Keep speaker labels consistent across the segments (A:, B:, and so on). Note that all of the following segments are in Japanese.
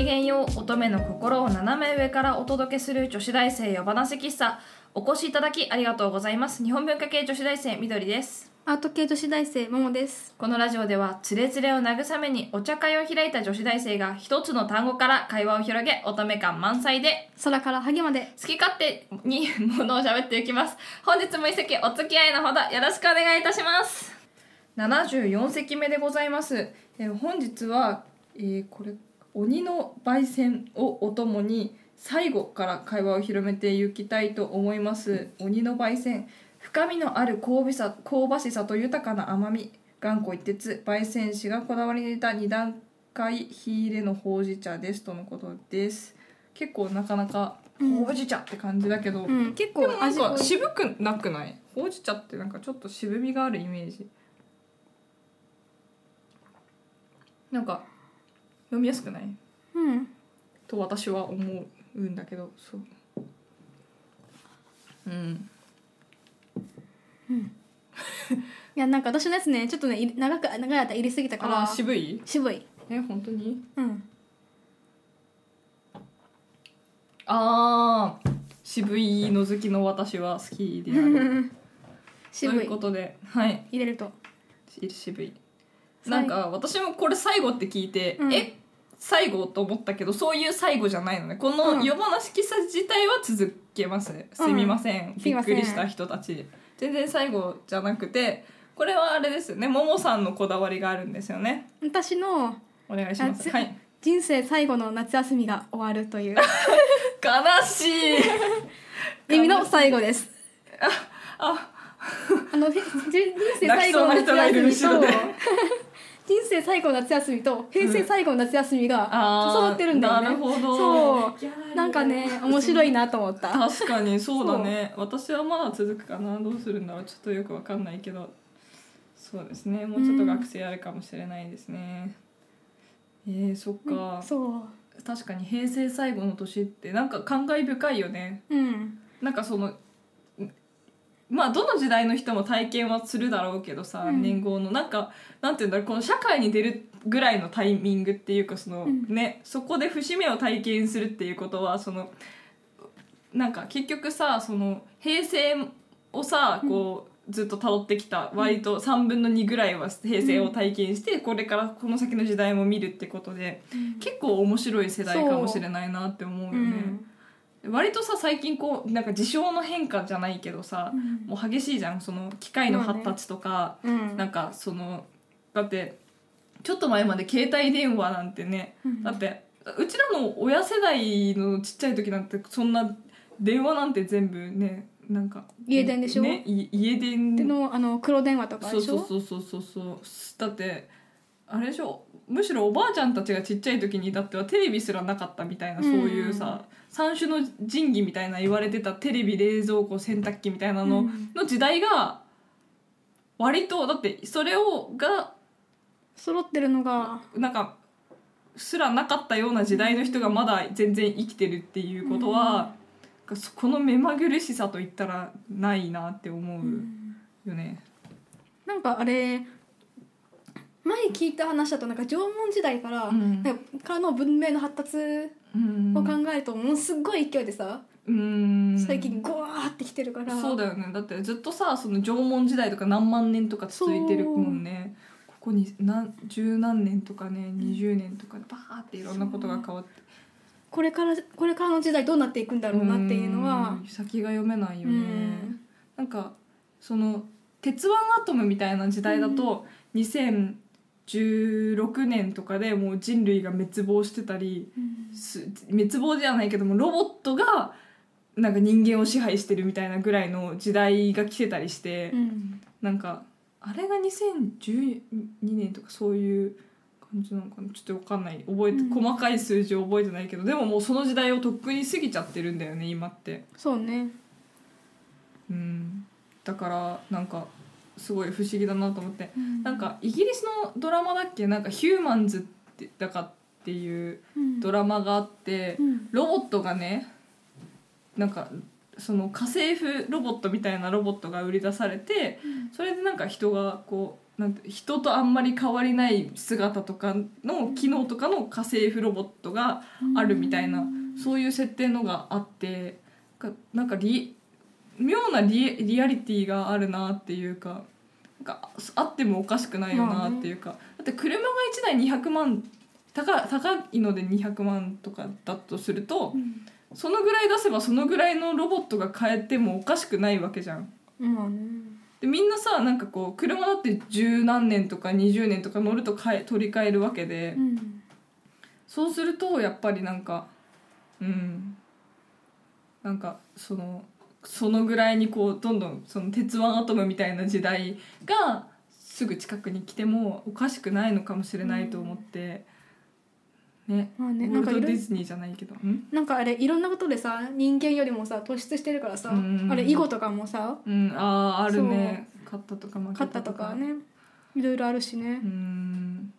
A: 乙女の心を斜め上からお届けする女子大生夜話喫茶お越しいただきありがとうございます日本文化系女子大生みどりです
B: アート系女子大生ももです
A: このラジオではつれつれを慰めにお茶会を開いた女子大生が一つの単語から会話を広げ乙女感満載で
B: 空からハゲまで
A: 好き勝手にものを喋っていきます本日も一席お付き合いのほどよろしくお願いいたします74席目でございます、えー本日は、えーこれ鬼の焙煎をお供に最後から会話を広めていきたいと思います鬼の焙煎深みのある香びさ香ばしさと豊かな甘み頑固一徹焙煎師がこだわり抜いた2段階火入れのほうじ茶ですとのことです結構なかなか
B: うん
A: ほうじ茶って感じだけど、
B: うん
A: で
B: 結構
A: もなん
B: 味濃
A: か
B: い
A: 渋くなくないほうじ茶ってなんかちょっと渋みがあるイメージなんか飲みやすくない
B: うん
A: と私は思うんだけどそううん
B: いやなんか私のやつねちょっとねい長く長い間入れすぎたか
A: あ
B: ら
A: ー渋い
B: 渋い
A: え本当に
B: うん
A: あー渋いの好きの私は好きである と
B: 渋
A: い
B: いう
A: ことではい
B: 入れると
A: し渋い
B: 最
A: なんか私もこれ最後って聞いて、
B: うん
A: え最後と思ったけどそういう最後じゃないのねこの
B: うん
A: 夜話喫茶自体は続けます、すみません
B: す
A: び
B: い
A: っ
B: ま
A: く
B: せん
A: りした人たち全然最後じゃなくてこれはあれですよねももさんのこだわりがあるんですよね
B: 私の
A: お願いします
B: 夏
A: はい
B: 人生最後の夏休みが終わる という
A: 悲しい
B: 意味の最後です
A: あ
B: あのへ人生最後の
A: 泣き
B: 夏
A: そうな人がいる
B: 休み
A: 後ろ
B: と
A: で
B: 人生最後の夏休みと平成最後の夏休みが
A: あー
B: 重なってるんだよね、
A: なるほど
B: そう
A: いやー
B: なんかね面白いなと 思った
A: 確かにそうだね私はまだ続くかなどうするんだろうちょっとよくわかんないけどそうですねもうちょっと学生やるかもしれないですね、えー、そっか、
B: そう
A: 確かに平成最後の年ってなんか感慨深いよね
B: うん
A: なんかそのんまあどの時代の人も体験はするだろうけどさ、
B: うん
A: 年号のなんかなんていうんだろうこの社会に出るぐらいのタイミングっていうかその、
B: うん
A: ねそこで節目を体験するっていうことはそのなんか結局さその平成をさこう、ずっと辿ってきた割と3分の2ぐらいは平成を体験して、これからこの先の時代も見るってことで結構面白い世代かもしれないなって思うよね。割とさ最近こうなんか事象の変化じゃないけどさ、
B: うん
A: もう激しいじゃんその機械の発達とか、
B: うん
A: なんかそのだってちょっと前まで携帯電話なんてね、
B: うん
A: だってうちらの親世代のちっちゃい時なんてそんな電話なんて全部ねなんか
B: 家電でしょ
A: ね、い家電
B: でのあの黒電話とか
A: そ
B: で
A: う
B: し
A: そう
B: ょ
A: そうそうそうそうだってあれでしょむしろおばあちゃんたちがちっちゃい時にだってはテレビすらなかったみたいな、
B: うん
A: そういうさ三種の神器みたいな言われてたテレビ冷蔵庫洗濯機みたいなの、
B: うん
A: の時代が割とだってそれをが
B: 揃ってるのが
A: なんかすらなかったような時代の人がまだ全然生きてるっていうことは、そこの目まぐるしさといったらないなって思うよね。
B: なんかあれ前聞いた話だとなんか縄文時代から,、
A: うん
B: なんかからの文明の発達
A: うん
B: を考えるとものすごい勢いでさ、
A: うん
B: 最近ゴワーってきてるから
A: そうだよねだってずっとさその縄文時代とか何万年とか続いてるもんねここに何十何年とかね20年とかでバーっていろんなことが変わって
B: これからこれからの時代どうなっていくんだろうなっていうのは
A: ん先が読めないよ
B: う
A: ね
B: ん
A: なんかその鉄腕アトムみたいな時代だと2016年とかでもう人類が滅亡してたり
B: うん
A: す滅亡じゃないけどもロボットがなんか人間を支配してるみたいなぐらいの時代が来てたりして。
B: うん
A: なんかあれが2012年とかそういう感じなのかなちょっと分かんない覚えて、
B: うん
A: 細かい数字覚えてないけどでももうその時代をとっくに過ぎちゃってるんだよね今って
B: そうね
A: うんだからなんかすごい不思議だなと思って
B: な
A: なんかイギリスのドラマだっけなんか「ヒューマンズ」ってだかっていうド
B: ラ
A: ラマがあって、ロボットがねなんかその家政婦ロボットみたいなロボットが売り出されてそれでなんか人がこうなんて人とあんまり変わりない姿とかの機能とかの家政婦ロボットがあるみたいなそういう設定のがあってなんかなんかリ妙なリリアリティがあるなっていうかなんかあってもおかしくないよなっていうか、だって車が1台200万高高いので200万とかだとすると
B: うん
A: そのぐらい出せばそのぐらいのロボットが買えてもおかしくないわけじゃん。
B: まあね
A: でみんなさなんかこう車だって十何年とか20年とか乗ると買え取り替えるわけで。
B: うん
A: そうするとやっぱりなんかうんなんかそのそのぐらいにこうどんどんその鉄腕アトムみたいな時代がすぐ近くに来てもおかしくないのかもしれないと思って、ね
B: まあ
A: ウ
B: ねな
A: ォ
B: んか
A: ルト・
B: いろ
A: ディズニーじゃないけどうん、
B: なんかあれいろんなことでさ人間よりもさ突出してるからさ、
A: うん
B: あれ囲碁とかもさ
A: うん、あああるね勝ったとか負け
B: 勝ったた
A: と
B: と
A: か
B: かねいろいろあるしね
A: う、ん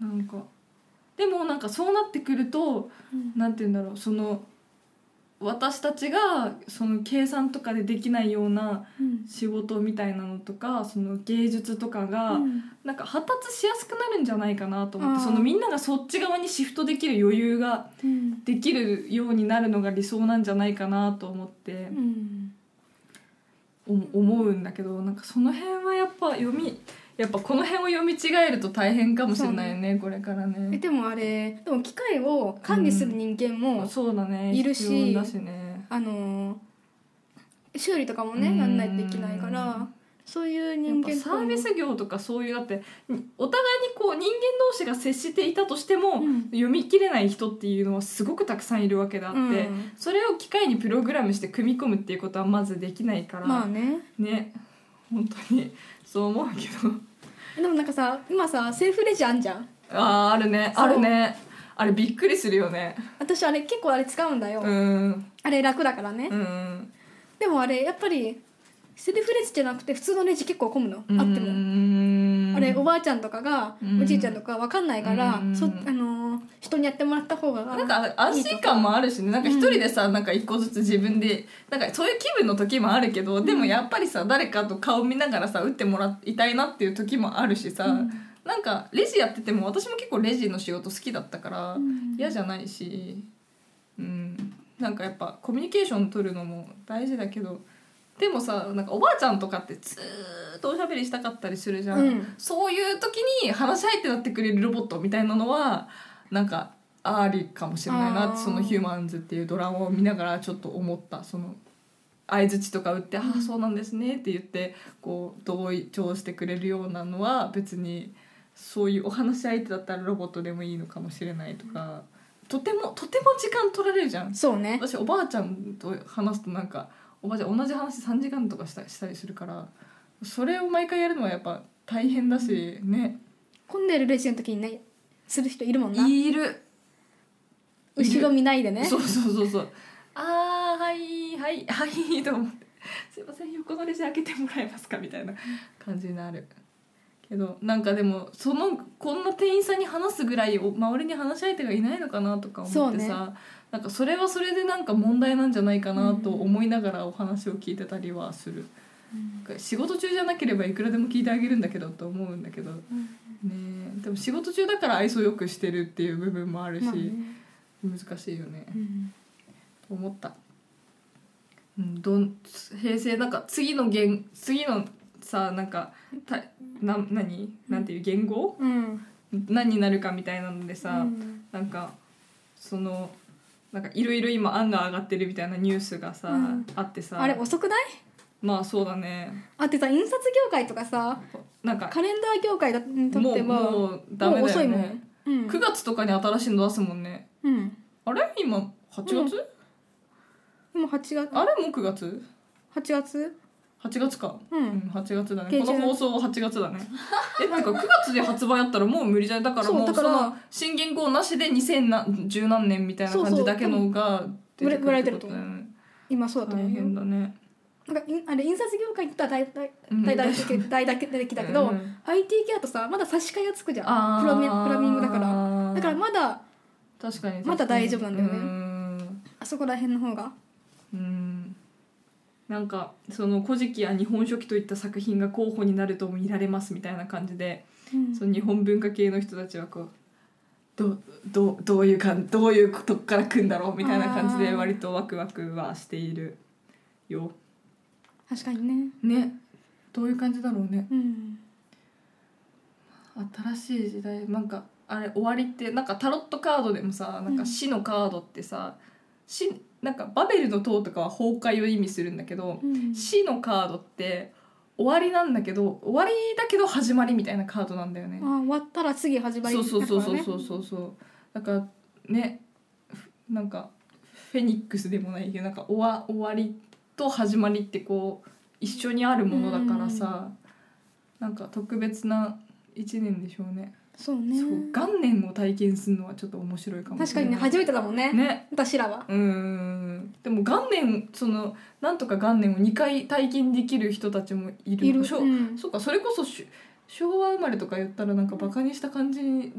A: なんかでもなんかそうなってくると
B: うん
A: なんて言うんだろうその私たちがその計算とかでできないような
B: うん
A: 仕事みたいなのとかその芸術とかが、
B: うん
A: なんか発達しやすくなるんじゃないかなと思っ
B: あ
A: て
B: ー
A: そのみんながそっち側にシフトできる余裕が
B: うん
A: できるようになるのが理想なんじゃないかなと思って
B: うん
A: お思うんだけどなんかその辺はやっぱ読みやっぱこの辺を読み違えると大変かもしれないよねこれから
B: え
A: ね。
B: でもあれでも機械を管理する人間も、
A: そうだね
B: いるし
A: 必要だしね
B: あのー修理とかもね
A: うん
B: やんないといけないからそういう
A: やっ
B: 人
A: ぱ
B: 間
A: サービス業とかそういうだってにお互いにこう人間同士が接していたとしても、
B: うん
A: 読み切れない人っていうのはすごくたくさんいるわけであって、
B: うん
A: それを機械にプログラムして組み込むっていうことはまずできないから、
B: まあね
A: ね本当にそう思うけど
B: でもなんかさ今さセルフレジあんじゃん
A: あーあるね
B: そう
A: あるねあれびっくりするよね
B: 私あれ結構あれ使うんだよ、
A: うん
B: あれ楽だからね、
A: うん
B: でもあれやっぱりセルフレジじゃなくて普通のレジ結構混むのあって
A: う
B: も
A: ん
B: あれおばあちゃんとかが
A: うん
B: おじいちゃんとかわかんないから
A: うん
B: そあのー人にやってもらった方が
A: なんか安心感もあるしねなんか一人でさ、なんか一個ずつ自分でなんかそういう気分の時もあるけど、でもやっぱりさ誰かと顔見ながらさ打ってもらいたいなっていう時もあるしさ、
B: うん
A: なんかレジやってても私も結構レジの仕事好きだったから、
B: うん
A: 嫌じゃないし、うん、なんかやっぱコミュニケーション取るのも大事だけどでもさなんかおばあちゃんとかってずーっとおしゃべりしたかったりするじゃん、
B: うん
A: そういう時に話し合いってなってくれるロボットみたいなのはなんかありかもしれないなっ
B: あ
A: て
B: ー
A: その「ヒューマンズ」っていうドラマを見ながらちょっと思ったその相づちとか打って「ああそうなんですね」って言ってこう同調してくれるようなのは別にそういうお話し相手だったらロボットでもいいのかもしれないとか、とてもとても時間取られるじゃん
B: そうね
A: 私おばあちゃんと話すとなんかおばあちゃん同じ話3時間とかしたしたりするからそれを毎回やるのはやっぱ大変だしね
B: 混んでるレジの時にねする人いるもんない
A: る
B: 後ろ見ないでね
A: そうそうそうそうあーはいはいはいと思ってすいません横のレジ開けてもらえますかみたいな感じになるけどなんかでもそのこんな店員さんに話すぐらいお周りに話し相手がいないのかなとか思って
B: そ
A: さ、なんかそれはそれでなんか問題なんじゃないかなと思いながらお話を聞いてたりはする、
B: うん
A: 仕事中じゃなければいくらでも聞いてあげるんだけどと思うんだけどねえでも仕事中だから愛想よくしてるっていう部分もあるし、
B: まあね
A: 難しいよね。
B: うん
A: 思った、うん、どん平成なんか次の言次のさなんかたな何なんていう言語
B: うん
A: 何になるかみたいなのでさ、
B: うん
A: なんかそのなんかいろいろ今案が上がってるみたいなニュースがさ、
B: うん
A: あってさ
B: あれ遅くない
A: まあそうだね
B: あってさ印刷業界とかさ
A: なんか
B: カレンダー業界だにと
A: も
B: って
A: う
B: は
A: もうダメ
B: もう
A: だ
B: 遅い
A: よ
B: も
A: ね
B: ん、うん
A: 9月とかに新しいの出すもんね
B: うん、
A: あれ今8月、
B: うんもう8月
A: あれもう9月
B: 8月
A: ?8 月か
B: うん、
A: うん、8月だね
B: 下
A: こ
B: 旬
A: の放送は8月だねえってか9月で発売やったらもう無理じゃないだから
B: そう
A: もう
B: だ
A: そ
B: から
A: の新元号なしで2010何年みたいな感じだけのが
B: そうそう
A: 出てくるってことだ
B: 売
A: よ
B: ら
A: ね
B: 今そうだと
A: 大
B: 思うよ
A: 変だね
B: なんかいあれ印刷業界にとっては大大
A: うん
B: 大打撃大打撃だけ
A: う
B: ど
A: ん
B: IT 系だとさまだ差し替えがつくじゃ
A: あ
B: ん
A: ー
B: プロミプログラミングだからだからまだ
A: 確かに
B: まだ大丈夫なんだよね
A: ね
B: あそこら辺の方が
A: うんなんかその「古事記」や「日本書紀」といった作品が候補になると見られますみたいな感じで
B: うん
A: その日本文化系の人たちはこうどどどういうかどういうとこから来るんだろうみたいな感じで
B: あー
A: 割とワクワクはしているよ。
B: 確かにね
A: ねどういう感じだろうね。
B: うん
A: 新しい時代なんかあれ終わりってなんかタロットカードでもさなんか死のカードってさ、死なんかバベルの塔とかは崩壊を意味するんだけど、
B: うん
A: 死のカードって終わりなんだけど終わりだけど始まりみたいなカードなんだよね。
B: あ終わったら次始まり
A: そ
B: だ
A: う
B: から
A: そう
B: ね
A: そうそうそうそうそうだからねふなんかフェニックスでもないけどなんか終わ終わりと始まりってこう一緒にあるものだからさ、なんか特別な1年でしょうね。
B: そうね
A: そう元年を体験するのはちょっと面白いかも
B: 確かにね初めてだもんね
A: ね
B: 私らは
A: うーんでも元年そのなんとか元年を2回体験できる人たちもいる
B: いる
A: しょ
B: うん
A: そうかそれこそしゅ昭和生まれとか言ったらなんかバカにした感じに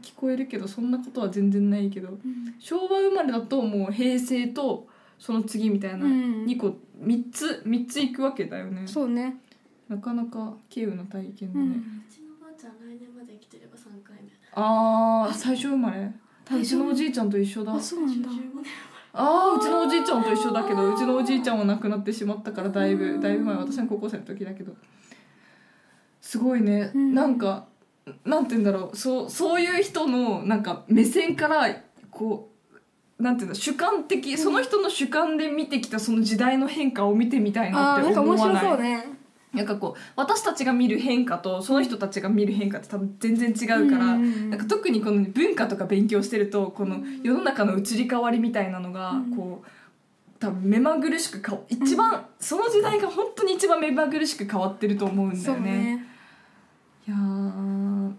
A: 聞こえるけどそんなことは全然ないけど
B: うん
A: 昭和生まれだともう平成とその次みたいな
B: うん
A: 2個3つ3ついくわけだよね
B: そうね
A: なかなか稀有な体験だ
B: う
A: ね、
B: ん
C: うちのばあちゃん来年まで生きてれば3回目
A: ああ最初生まれ
B: 最
A: う
B: 初
A: ちのおじいちゃんと一緒だ
B: あそうなんだ
C: 15年
A: ああうちのおじいちゃんと一緒だけどうちのおじいちゃんは亡くなってしまったからだいぶだいぶ前私の高校生の時だけどすごいね、
B: うん
A: なんかなんて言うんだろうそうそういう人のなんか目線からこうなんて言うんだ主観的その人の主観で見てきたその時代の変化を見てみたいなっ
B: あーなん
A: て
B: か
A: 思
B: 面
A: わ
B: 白
A: ない
B: そうね
A: なんかこう私たちが見る変化とその人たちが見る変化って多分全然違うから、
B: んんうん
A: なんか特にこの文化とか勉強してるとこの世の中の移り変わりみたいなのが
B: うん
A: こう多分目まぐるしく変わ一番その時代が本当に一番目まぐるしく変わってると思うんだ
B: そ
A: よ
B: う
A: ね。
B: ね
A: いやー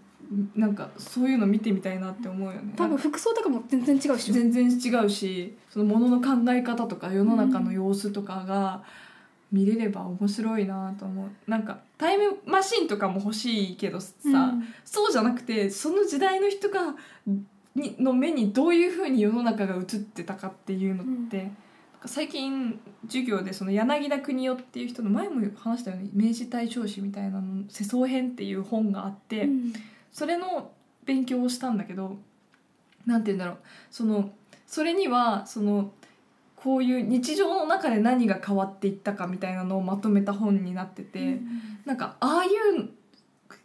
A: なんかそういうの見てみたいなって思うよね。
B: 多分服装とかも全然違うっしょ
A: 全然違うしそのものの考え方とか世の中の様子とかが見れれば面白いなと思うなんかタイムマシンとかも欲しいけどさ、
B: うん
A: そうじゃなくてその時代の人がにの目にどういうふうに世の中が映ってたかっていうのって、なんか最近授業でその柳田邦夫っていう人の前も話したよね「明治大正史」みたいなの「世相編」っていう本があって、
B: うん
A: それの勉強をしたんだけどなんて言うんだろうそのそれにはそのこういう日常の中で何が変わっていったかみたいなのをまとめた本になってて。なんかああいう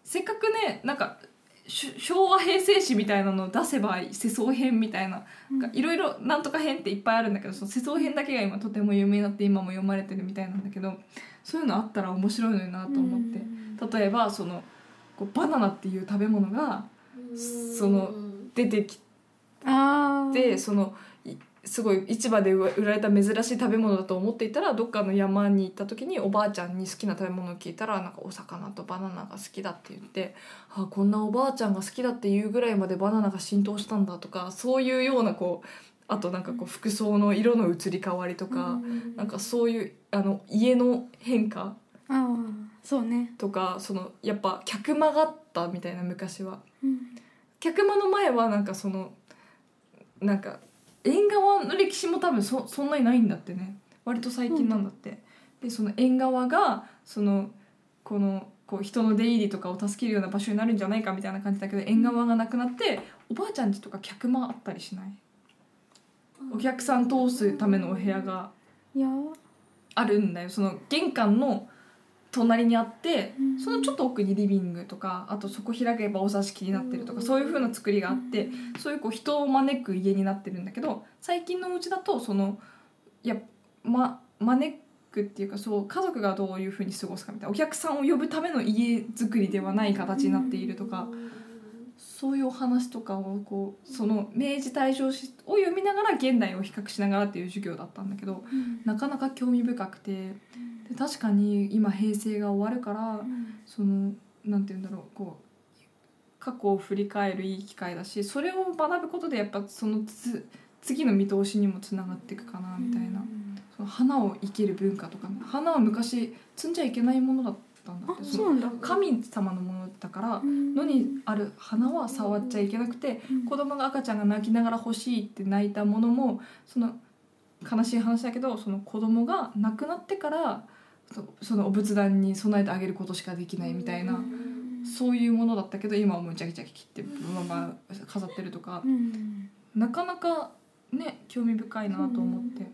A: せっかくねなんかしゅ昭和平成史みたいなのを出せば世相編みたいな
B: うん
A: なんかいろいろなんとか編っていっぱいあるんだけどその世相編だけが今とても有名になって今も読まれてるみたいなんだけどそういうのあったら面白いのになと思って、
B: うん
A: 例えばそのこうバナナっていう食べ物がその出てき
B: ああ
A: でそのいすごい市場で売売られた珍しい食べ物だと思っていたらどっかの山に行った時におばあちゃんに好きな食べ物を聞いたらなんかお魚とバナナが好きだって言ってあこんなおばあちゃんが好きだっていうぐらいまでバナナが浸透したんだとかそういうようなこうあとなんかこう服装の色の移り変わりとか、なんかそういうあの家の変化
B: あーそうね
A: とかそのやっぱ客間があったみたいな昔は。
B: うん
A: 客間の前はなんかそのなんか縁側の歴史も多分そそんなにないんだってね割と最近なんだって、でその縁側がそのこのこう人の出入りとかを助けるような場所になるんじゃないかみたいな感じだけど縁側がなくなっておばあちゃんちとか客間あったりしないお客さん通すためのお部屋が
B: いやー
A: あるんだよその玄関の隣にあって
B: うん
A: そのちょっと奥にリビングとかあとそこ開けばお座敷になってるとかそういう風な作りがあってそういうこう人を招く家になってるんだけど最近のうちだとそのいや、ま、招くっていうかそう家族がどういう風に過ごすかみたいなお客さんを呼ぶための家づくりではない形になっているとかそういうお話とかをこうその明治大正史を読みながら現代を比較しながらっていう授業だったんだけど
B: うん
A: なかなか興味深くてで確かに今平成が終わるからそのなんて言うんだろうこう過去を振り返るいい機会だしそれを学ぶことでやっぱそのつ次の見通しにもつながっていくかなみたいな、その花を生ける文化とかね花は昔摘んじゃいけないものだったんだっ
B: あ
A: て
B: そうなんだ
A: の神様のものだから
B: うん
A: 野にある花は触っちゃいけなくて
B: うん
A: 子供が赤ちゃんが泣きながら欲しいって泣いたものもその悲しい話だけどその子供が亡くなってからそそのお仏壇に備えてあげることしかできないみたいな、
C: うん
A: そういうものだったけど今はもうジャキジャキ切ってまあまあ飾ってるとか、
B: うん
A: なかなかね興味深いなと思って、
C: う
A: っ
C: ん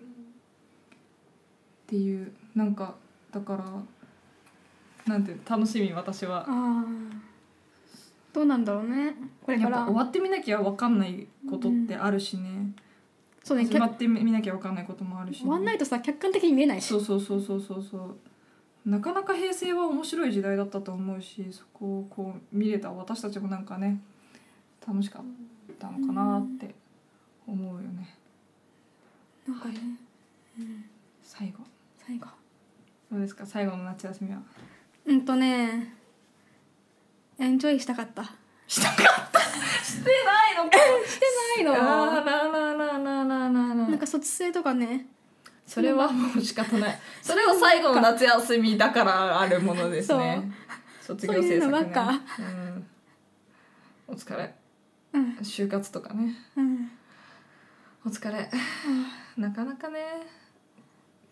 A: ていうなんかだからなんていうの楽しみ私は
B: あーどうなんだろうねこれ
A: や
B: か
A: っぱ
B: ら
A: 終わってみなきゃ分かんないことってあるしね、
B: そうね
A: 始
B: 客
A: まってみなきゃ分かんないこともあるし、
B: 終わんないとさ客観的に見えないし
A: そうそうそうそうそうそうなかなか平成は面白い時代だったと思うしそこをこう見れた私たちもなんかね楽しかったのかなって思うよね
B: なんかね、うん、
A: 最後
B: 最後
A: どうですか最後の夏休みは
B: うんとねエンジョイしたかった
A: したかったしてないのか
B: してない
A: あ
B: の
A: らららららら
B: なんか卒生とかね
A: それはもう仕方ないそれを最後の夏休みだからあるものですね卒業制作ね
B: そういうのばっか
A: うん、お疲れ
B: うん
A: 就活とかね
B: うん
A: お疲れ なかなかね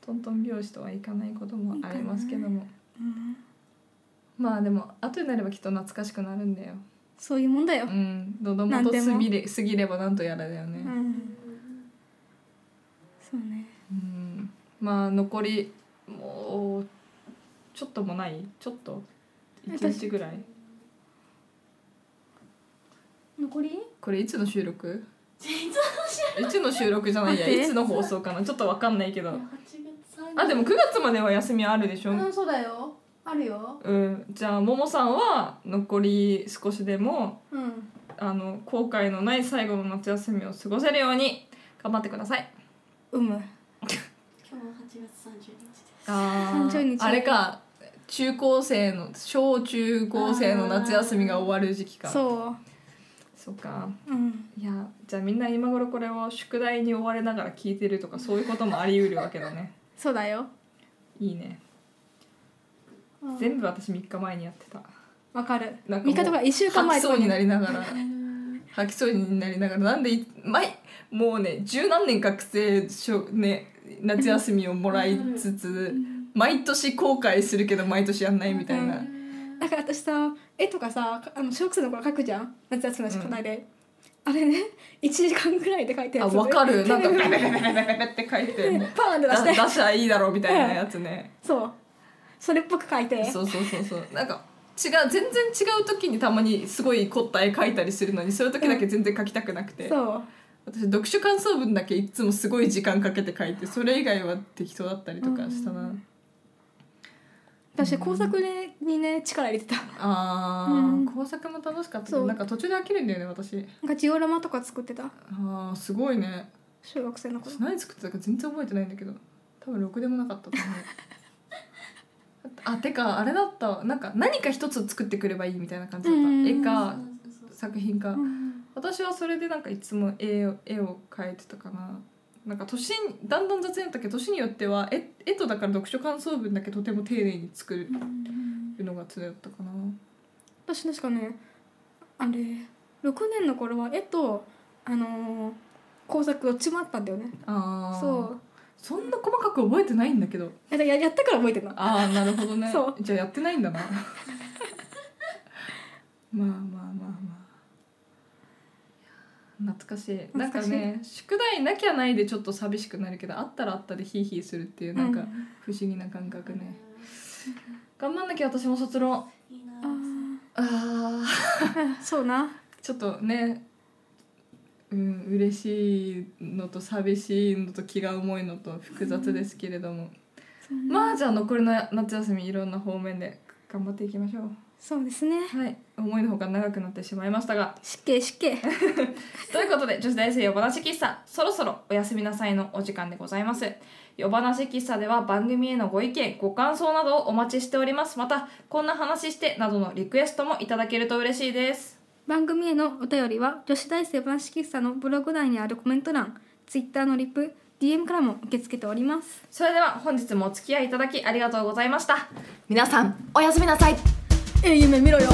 A: トントン拍子とはいかないこともありますけども
B: うん
A: まあでも後になればきっと懐かしくなるんだよ
B: そういうもんだ
A: う
B: よ、
A: んどどもと過ぎれ過ぎればなんとやらだよね、
B: うん、そうね
A: うんまあ残りもうちょっともないちょっと1日ぐらい
B: 残り
A: これいつの収録いつの収録じゃないや
B: 待って
A: いつの放送かなちょっとわかんないけど
C: 8月30
A: あでも9月までは休みあるでしょ
B: うんそうだよあるよ
A: うんじゃあももさんは残り少しでも
B: うん
A: あの後悔のない最後の夏休みを過ごせるように頑張ってくださいう
B: む
C: 今日は8月30日です
A: あ
B: 30日
A: あれか中高生の小中高生の夏休みが終わる時期か
B: そ
A: そっか
B: ううん
A: いやじゃあみんな今頃これを宿題に追われながら聞いてるとかそういうこともあり得るわけだね
B: そうだよ
A: いいね
B: うん
A: 全部私3日前にやってた
B: わかる
A: なん
B: 3
A: かもう
B: 日とか1週間
A: 吐き
B: 前と
A: そ
B: か
A: うにな
B: に
A: りながら吐きそうになりながらなんでい毎もうね十何年学生しょ、ね、夏休みをもらいつつ毎年後悔するけど毎年やんないみたいな、
B: うなんか私さ絵とかさかあの小学生の頃描くじゃん夏休みの宿題で、あれね1時間ぐらいで描いた
A: あ
B: やつ
A: わかるなんかペペペ
B: ペ
A: ペペペペって書いてもう
B: パーンって出
A: だ
B: して
A: 出しゃいいだろうみたいなやつね
B: そうそれっぽく描いて
A: そうそうそうそうなんか違う全然違う時にたまにすごい凝った絵描いたりするのにそういう時だけ全然描きたくなくて、
B: そう
A: 私読書感想文だけいつもすごい時間かけて描いてそれ以外は適当だったりとかしたな、
B: うん私工作にね力入れてた
A: あー、
B: うん
A: 工作も楽しかったけ
B: そ
A: ど
B: う
A: なんか途中で飽きるんだよね私
B: なんかジオラマとか作ってた
A: あーすごいね
B: 小学生の頃
A: 何作ってたか全然覚えてないんだけど多分ろくでもなかったと思う あてかあれだったなんか何か一つ作ってくればいいみたいな感じだった、
B: うん
A: 絵か
C: そうそうそう
A: 作品か、
B: うん
A: 私はそれでなんかいつも絵を絵を描いてたかななんか年にだんだん雑になったけど年によっては絵絵とだから読書感想文だけとても丁寧に作るのが常だったかな
B: 私確かねあれ6年の頃は絵と、あのー工作どっちもあったんだよね
A: あー
B: そう
A: そんな細かく覚えてないんだけど
B: えだからややったから覚えてるの
A: ああなるほどね
B: そう
A: じゃあやってないんだな まあまあまあまあいや懐かしいなんか
B: 懐
A: ね宿題なきゃないでちょっと寂しくなるけどあったらあったでヒーヒーするっていうなんか不思議な感覚ね、頑張んなきゃ私も卒論
C: いいな
B: あー
A: あー
B: そうな
A: ちょっとねうん嬉しいのと寂しいのと気が重いのと複雑ですけれども、まあじゃあ残りの夏休みいろんな方面で頑張っていきましょう
B: そうですね
A: はい思いのほか長くなってしまいました が
B: 失敬失敬
A: ということで女子大生夜話喫茶そろそろお休みなさいのお時間でございます夜話喫茶では番組へのご意見ご感想などをお待ちしておりますまたこんな話してなどのリクエストもいただけると嬉しいです
B: 番組へのお便りは女子大生話喫茶のブログ内にあるコメント欄 Twitter のリプ DM からも受け付けております
A: それでは本日もお付き合いいただきありがとうございました
D: 皆さんおやすみなさい
B: え夢見ろよ